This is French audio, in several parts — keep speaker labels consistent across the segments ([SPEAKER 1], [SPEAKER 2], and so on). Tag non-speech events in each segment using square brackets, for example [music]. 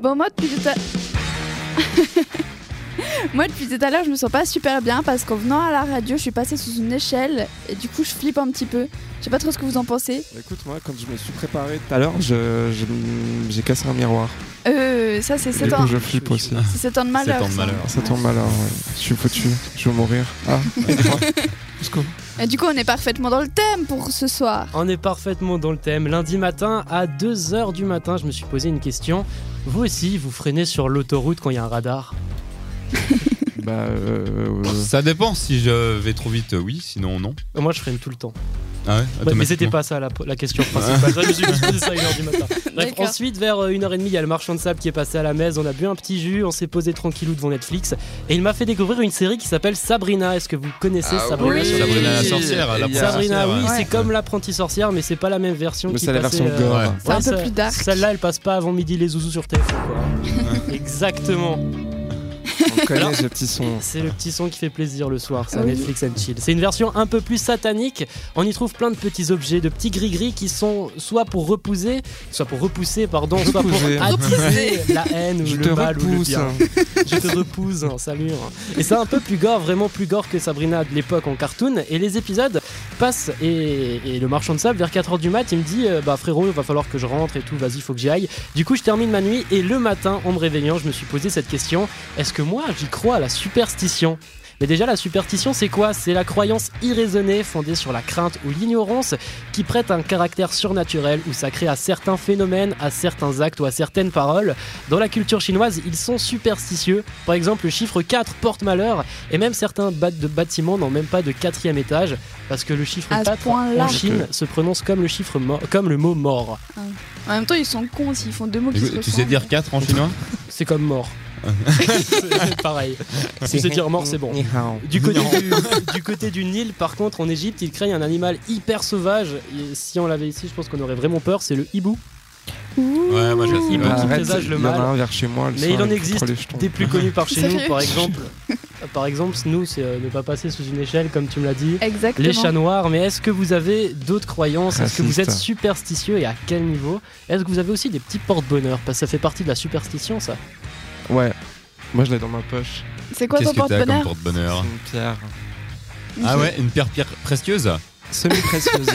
[SPEAKER 1] Bon, moi depuis tout à [laughs] Moi depuis tout à l'heure, je me sens pas super bien parce qu'en venant à la radio, je suis passée sous une échelle et du coup, je flippe un petit peu. Je sais pas trop ce que vous en pensez.
[SPEAKER 2] Bah, Écoute, moi, quand je me suis préparé tout à l'heure, je- je- j'ai cassé un miroir.
[SPEAKER 1] Euh, ça c'est
[SPEAKER 2] Du
[SPEAKER 1] 7
[SPEAKER 2] coup,
[SPEAKER 1] ans.
[SPEAKER 2] je flippe aussi.
[SPEAKER 1] C'est 7 ans de malheur.
[SPEAKER 3] C'est en malheur.
[SPEAKER 2] Ça tombe malheur, ouais. Je suis foutu, je vais mourir.
[SPEAKER 4] [laughs]
[SPEAKER 2] Ah, Jusqu'au-
[SPEAKER 1] ça. Et du coup, on est parfaitement dans le thème pour ce soir.
[SPEAKER 4] On est parfaitement dans le thème. Lundi matin, à 2h du matin, je me suis posé une question. Vous aussi, vous freinez sur l'autoroute quand il y a un radar
[SPEAKER 2] Bah, euh, euh,
[SPEAKER 3] Ça dépend si je vais trop vite, euh, oui, sinon non.
[SPEAKER 4] Moi, je freine tout le temps.
[SPEAKER 3] Ah ouais,
[SPEAKER 4] Ouais, mais
[SPEAKER 3] automatiquement.
[SPEAKER 4] c'était pas ça la, la question principale.
[SPEAKER 3] [laughs]
[SPEAKER 4] je me suis juste posé ça à 1h du matin. Bref,
[SPEAKER 1] D'accord.
[SPEAKER 4] ensuite, vers euh, 1h30, il y a le marchand de sable qui est passé à la messe. On a bu un petit jus, on s'est posé tranquillou devant Netflix. Et il m'a fait découvrir une série qui s'appelle Sabrina. Est-ce que vous connaissez Sabrina
[SPEAKER 1] oui.
[SPEAKER 4] sur la
[SPEAKER 3] Ah Sabrina la
[SPEAKER 4] télé
[SPEAKER 3] sorcière, la
[SPEAKER 5] Il y a-
[SPEAKER 3] première
[SPEAKER 4] Sabrina,
[SPEAKER 3] sorcière,
[SPEAKER 4] oui,
[SPEAKER 3] ouais.
[SPEAKER 4] c'est comme l'apprentie sorcière, mais c'est pas la même version.
[SPEAKER 2] Mais
[SPEAKER 4] qui
[SPEAKER 2] c'est la
[SPEAKER 4] passait, euh,
[SPEAKER 2] version gore.
[SPEAKER 3] Ouais.
[SPEAKER 1] C'est un peu
[SPEAKER 4] ça-
[SPEAKER 1] plus dark.
[SPEAKER 4] Celle-là, elle passe pas avant midi les zouzous sur TF. [laughs] Exactement.
[SPEAKER 2] on connaît
[SPEAKER 4] Alors-
[SPEAKER 2] ce petit son.
[SPEAKER 4] C'est le petit son qui fait plaisir le soir, c'est
[SPEAKER 1] Ah
[SPEAKER 4] un
[SPEAKER 1] oui.
[SPEAKER 4] Netflix and Chill. C'est une version un peu plus satanique. On y trouve plein de petits objets, de petits gris-gris qui sont soit pour repousser, soit pour repousser, pardon, soit pour
[SPEAKER 2] Repousser.
[SPEAKER 4] attiser
[SPEAKER 2] [laughs]
[SPEAKER 4] la haine ou
[SPEAKER 2] Je
[SPEAKER 4] le
[SPEAKER 2] te
[SPEAKER 4] mal ou le
[SPEAKER 2] repousse.
[SPEAKER 4] bien.
[SPEAKER 2] hein.
[SPEAKER 4] Je te repousse, hein, ça mûre. Et c'est un peu plus gore, vraiment plus gore que Sabrina de l'époque en cartoon. Et les épisodes passent et, et le marchand de sable, vers 4h du mat, il me dit euh, Bah frérot, va falloir que je rentre et tout, vas-y, faut que j'y aille. Du coup, je termine ma nuit et le matin, en me réveillant, je me suis posé cette question Est-ce que moi, j'y crois à la superstition mais déjà, la superstition, c'est quoi C'est la croyance irraisonnée fondée sur la crainte ou l'ignorance qui prête un caractère surnaturel ou sacré à certains phénomènes, à certains actes ou à certaines paroles. Dans la culture chinoise, ils sont superstitieux. Par exemple, le chiffre 4 porte malheur et même certains bat- de bâtiments n'ont même pas de quatrième étage parce que le chiffre
[SPEAKER 1] À ce
[SPEAKER 4] 4
[SPEAKER 1] point-là.
[SPEAKER 4] en Chine se prononce comme le, chiffre mo- comme le mot mort.
[SPEAKER 1] En même temps, ils sont cons s'ils font deux mots qui se
[SPEAKER 3] Écoute, Tu sais
[SPEAKER 1] ressemblent.
[SPEAKER 3] dire 4 en chinois
[SPEAKER 4] C'est comme mort. C'est [laughs] pareil. Si c'est dire mort, c'est bon.
[SPEAKER 2] Ni hao.
[SPEAKER 4] Du côté, du, du côté du Nil, par contre, en Égypte, ils créent un animal hyper sauvage. Et si on l'avait ici, je pense qu'on aurait vraiment peur. C'est le hibou.
[SPEAKER 3] Ouais, moi je
[SPEAKER 4] Il
[SPEAKER 2] Bah,
[SPEAKER 4] me dit
[SPEAKER 3] sais pas.
[SPEAKER 4] qu'il
[SPEAKER 2] arrête,
[SPEAKER 4] présage
[SPEAKER 2] il y
[SPEAKER 4] le
[SPEAKER 2] en a
[SPEAKER 4] mal.
[SPEAKER 2] un vers chez moi. le
[SPEAKER 4] Mais
[SPEAKER 2] soir,
[SPEAKER 4] il en
[SPEAKER 2] prend
[SPEAKER 4] existe
[SPEAKER 2] les jetons.
[SPEAKER 4] Des plus connus par chez nous,
[SPEAKER 1] Sérieux
[SPEAKER 4] par exemple. Par exemple, nous, c'est euh, ne pas passer sous une échelle, comme tu me l'as dit.
[SPEAKER 1] Exactement.
[SPEAKER 4] Les chats noirs, mais est-ce que vous avez d'autres croyances Est-ce que vous êtes
[SPEAKER 2] Raciste.
[SPEAKER 4] superstitieux et à quel niveau Est-ce que vous avez aussi des petits porte-bonheur Parce que ça fait partie de la superstition, ça.
[SPEAKER 2] Ouais. Moi, je l'ai dans ma poche.
[SPEAKER 1] C'est quoi
[SPEAKER 3] Qu'est-ce
[SPEAKER 1] ton
[SPEAKER 3] que t'as comme
[SPEAKER 1] porte-bonheur
[SPEAKER 2] C'est
[SPEAKER 3] porte-bonheur
[SPEAKER 2] une pierre.
[SPEAKER 3] Ah ouais, une pierre pierre précieuse
[SPEAKER 4] Ah, [laughs]
[SPEAKER 2] Semi-précieuse.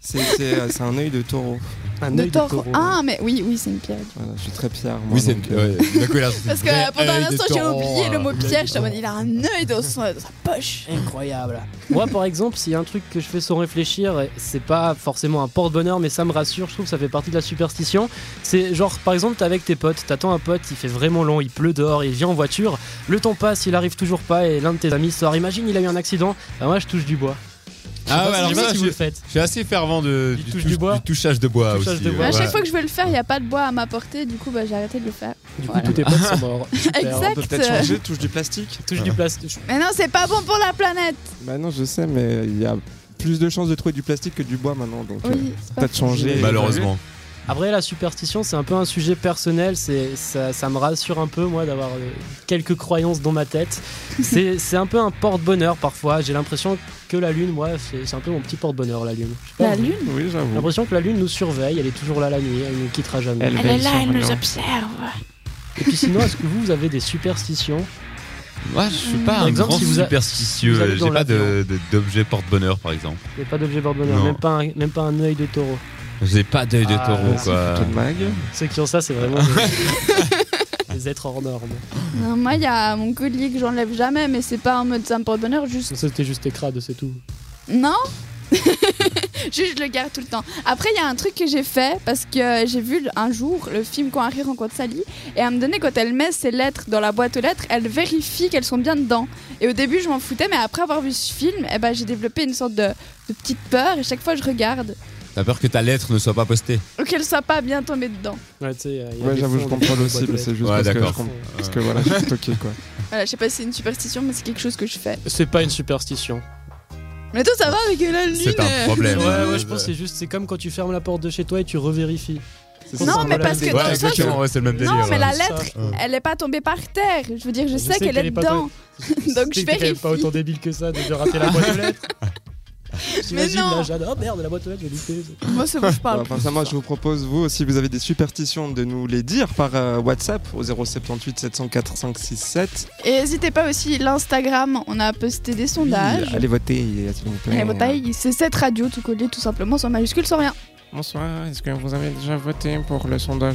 [SPEAKER 2] C'est- C'est euh, c'est un œil de taureau.
[SPEAKER 4] Un
[SPEAKER 1] De
[SPEAKER 4] œil
[SPEAKER 1] taureau.
[SPEAKER 4] taureau.
[SPEAKER 1] Ah, mais oui, oui, c'est une pierre.
[SPEAKER 2] Voilà, je suis très fier. moi,
[SPEAKER 3] Oui, c'est
[SPEAKER 2] donc,
[SPEAKER 3] une.
[SPEAKER 2] euh,
[SPEAKER 3] ouais, d'un coup, là, c'est
[SPEAKER 1] Parce
[SPEAKER 3] une vraie
[SPEAKER 1] que pendant un
[SPEAKER 3] œil de
[SPEAKER 1] instant, j'ai
[SPEAKER 3] taureau,
[SPEAKER 1] oublié le
[SPEAKER 3] hein.
[SPEAKER 1] mot pierre. Je te il a un œil dans, son- dans sa poche.
[SPEAKER 4] Incroyable. Moi, par exemple, s'il y a un truc que je fais sans réfléchir, et c'est pas forcément un porte-bonheur, mais ça me rassure. Je trouve que ça fait partie de la superstition. C'est genre, par exemple, t'es avec tes potes, t'attends un pote, il fait vraiment long, il pleut dehors, il vient en voiture. Le temps passe, il arrive toujours pas, et l'un de tes amis sort. Imagine, il a eu un accident. Bah, moi, je touche du bois. Je sais
[SPEAKER 3] Ah
[SPEAKER 4] pas
[SPEAKER 3] ouais,
[SPEAKER 4] si-
[SPEAKER 3] alors
[SPEAKER 4] je sais pas
[SPEAKER 3] ça,
[SPEAKER 4] si vous
[SPEAKER 3] je
[SPEAKER 4] le faites.
[SPEAKER 3] je suis assez fervent de,
[SPEAKER 4] Du touche du bois.
[SPEAKER 3] touchage de bois
[SPEAKER 4] Touchage
[SPEAKER 3] aussi.
[SPEAKER 4] de
[SPEAKER 3] euh,
[SPEAKER 4] bois.
[SPEAKER 1] Mais à
[SPEAKER 3] voilà.
[SPEAKER 1] chaque fois que je vais le faire, il n'y a pas de bois à ma portée. Du coup, bah, j'ai arrêté de le faire.
[SPEAKER 4] Du coup,
[SPEAKER 1] Voilà.
[SPEAKER 4] tous tes potes sont morts. Super.
[SPEAKER 2] on peut peut-être
[SPEAKER 1] Exact.
[SPEAKER 2] changer, touche du plastique.
[SPEAKER 4] Touche du plastique.
[SPEAKER 1] Mais non, c'est pas bon pour la planète.
[SPEAKER 2] Bah non, je sais, mais il y a plus de chances de trouver du plastique que du bois maintenant, donc euh,
[SPEAKER 1] Oui, c'est pas
[SPEAKER 2] peut-être changer.
[SPEAKER 3] Malheureusement.
[SPEAKER 4] Après, la superstition, c'est un peu un sujet personnel. C'est ça, ça me rassure un peu, moi, d'avoir euh, quelques croyances dans ma
[SPEAKER 2] [laughs]
[SPEAKER 4] tête. C'est c'est un peu un porte-bonheur parfois. J'ai l'impression que la lune, moi, c'est c'est un peu mon petit porte-bonheur, la lune. Je sais pas,
[SPEAKER 1] La
[SPEAKER 4] vous-
[SPEAKER 1] lune
[SPEAKER 2] Oui,
[SPEAKER 4] J'ai
[SPEAKER 2] j'avoue.
[SPEAKER 4] l'impression que la lune nous surveille. Elle est toujours là la nuit. Elle nous quittera jamais.
[SPEAKER 2] Elle est là, elle nous
[SPEAKER 4] Et puis sinon, est-ce que vous, vous avez des superstitions
[SPEAKER 3] Moi, je suis pas
[SPEAKER 4] Par
[SPEAKER 3] un
[SPEAKER 4] exemple,
[SPEAKER 3] grand
[SPEAKER 4] si vous a- vous allez
[SPEAKER 3] superstitieux.
[SPEAKER 4] dans
[SPEAKER 3] J'ai pas
[SPEAKER 4] l'avion.
[SPEAKER 3] de- de- d'objet porte-bonheur, par exemple.
[SPEAKER 4] Il n'y a pas d'objet porte-bonheur,
[SPEAKER 3] Non.
[SPEAKER 4] même pas un, même pas un œil de taureau.
[SPEAKER 3] J'ai pas d'œil de
[SPEAKER 4] Ah,
[SPEAKER 3] taureau,
[SPEAKER 4] c'est
[SPEAKER 3] quoi.
[SPEAKER 2] de mag.
[SPEAKER 4] Ceux qui ont ça, c'est vraiment
[SPEAKER 2] [laughs]
[SPEAKER 4] des, des êtres hors normes.
[SPEAKER 1] Non, Moi, il y a mon collier que j'enlève jamais, mais c'est pas en mode ça me porte bonheur, juste.
[SPEAKER 4] Ça, C'était juste des crades, c'est tout.
[SPEAKER 1] Non [laughs] Juste, je le garde tout le temps. Après, il y a un truc que j'ai fait parce que j'ai vu un jour le film Quand Harry rencontre Sally et elle me donnait quand elle met ses lettres dans la boîte aux lettres, elle vérifie qu'elles sont bien dedans. Et au début, je m'en foutais, mais après avoir vu ce film, eh ben, j'ai développé une sorte de, de petite peur et chaque fois, je regarde.
[SPEAKER 3] T'as peur que ta lettre ne soit pas postée.
[SPEAKER 1] Ou qu'elle soit pas bien tombée dedans.
[SPEAKER 4] Ouais, tu sais, euh, il y a
[SPEAKER 2] Ouais,
[SPEAKER 4] des
[SPEAKER 2] j'avoue, je
[SPEAKER 4] fonds,
[SPEAKER 2] comprends
[SPEAKER 4] des
[SPEAKER 2] aussi,
[SPEAKER 4] boîtes aux
[SPEAKER 2] mais
[SPEAKER 4] lettres.
[SPEAKER 2] c'est juste
[SPEAKER 3] Ouais,
[SPEAKER 2] parce que je
[SPEAKER 3] d'accord.
[SPEAKER 2] comprends. Parce que voilà, je suis toqué quoi.
[SPEAKER 1] Voilà, je sais pas si c'est une superstition, mais c'est quelque chose que je fais.
[SPEAKER 4] C'est pas une superstition.
[SPEAKER 1] Mais toi, ça va avec la lune
[SPEAKER 3] C'est un problème.
[SPEAKER 4] Ah Ouais, ouais, je
[SPEAKER 1] bah.
[SPEAKER 4] pense que c'est juste, c'est comme quand tu fermes la porte de chez toi et tu revérifies.
[SPEAKER 2] C'est
[SPEAKER 1] Non,
[SPEAKER 2] ça,
[SPEAKER 1] mais
[SPEAKER 2] voilà,
[SPEAKER 1] parce
[SPEAKER 2] des-
[SPEAKER 1] que
[SPEAKER 3] Ouais,
[SPEAKER 1] dans le sens
[SPEAKER 3] exactement, ouais, c'est le même délire.
[SPEAKER 1] Non, mais
[SPEAKER 3] ouais.
[SPEAKER 1] la
[SPEAKER 4] C'est ça.
[SPEAKER 1] lettre, elle n'est pas tombée par terre. Je veux dire, je,
[SPEAKER 4] Je
[SPEAKER 1] sais,
[SPEAKER 4] sais
[SPEAKER 1] qu'elle
[SPEAKER 4] qu'elle
[SPEAKER 1] est
[SPEAKER 4] est pas [laughs]
[SPEAKER 1] dedans.
[SPEAKER 4] tombée.
[SPEAKER 1] Donc, je
[SPEAKER 4] T'es quand même
[SPEAKER 1] vérifie. [laughs]
[SPEAKER 4] pas autant débile que ça de de rater la boîte aux lettres. J'imagine,
[SPEAKER 1] non.
[SPEAKER 4] là, Jeanne, oh merde, la boîte aux lettres, je vais louper.
[SPEAKER 1] Moi, c'est bon, je parle.
[SPEAKER 2] Bon, enfin, ça, moi, je vous propose, vous aussi, vous avez des superstitions, de nous les dire par euh, WhatsApp au 078 704 567.
[SPEAKER 1] Et n'hésitez pas aussi, l'Instagram, on a posté des sondages.
[SPEAKER 2] Oui, allez voter, s'il vous plaît.
[SPEAKER 1] Et vos tailles, c'est cette radio tout collé, tout simplement, sans majuscule, sans rien.
[SPEAKER 2] Bonsoir, est-ce que vous avez déjà voté pour le sondage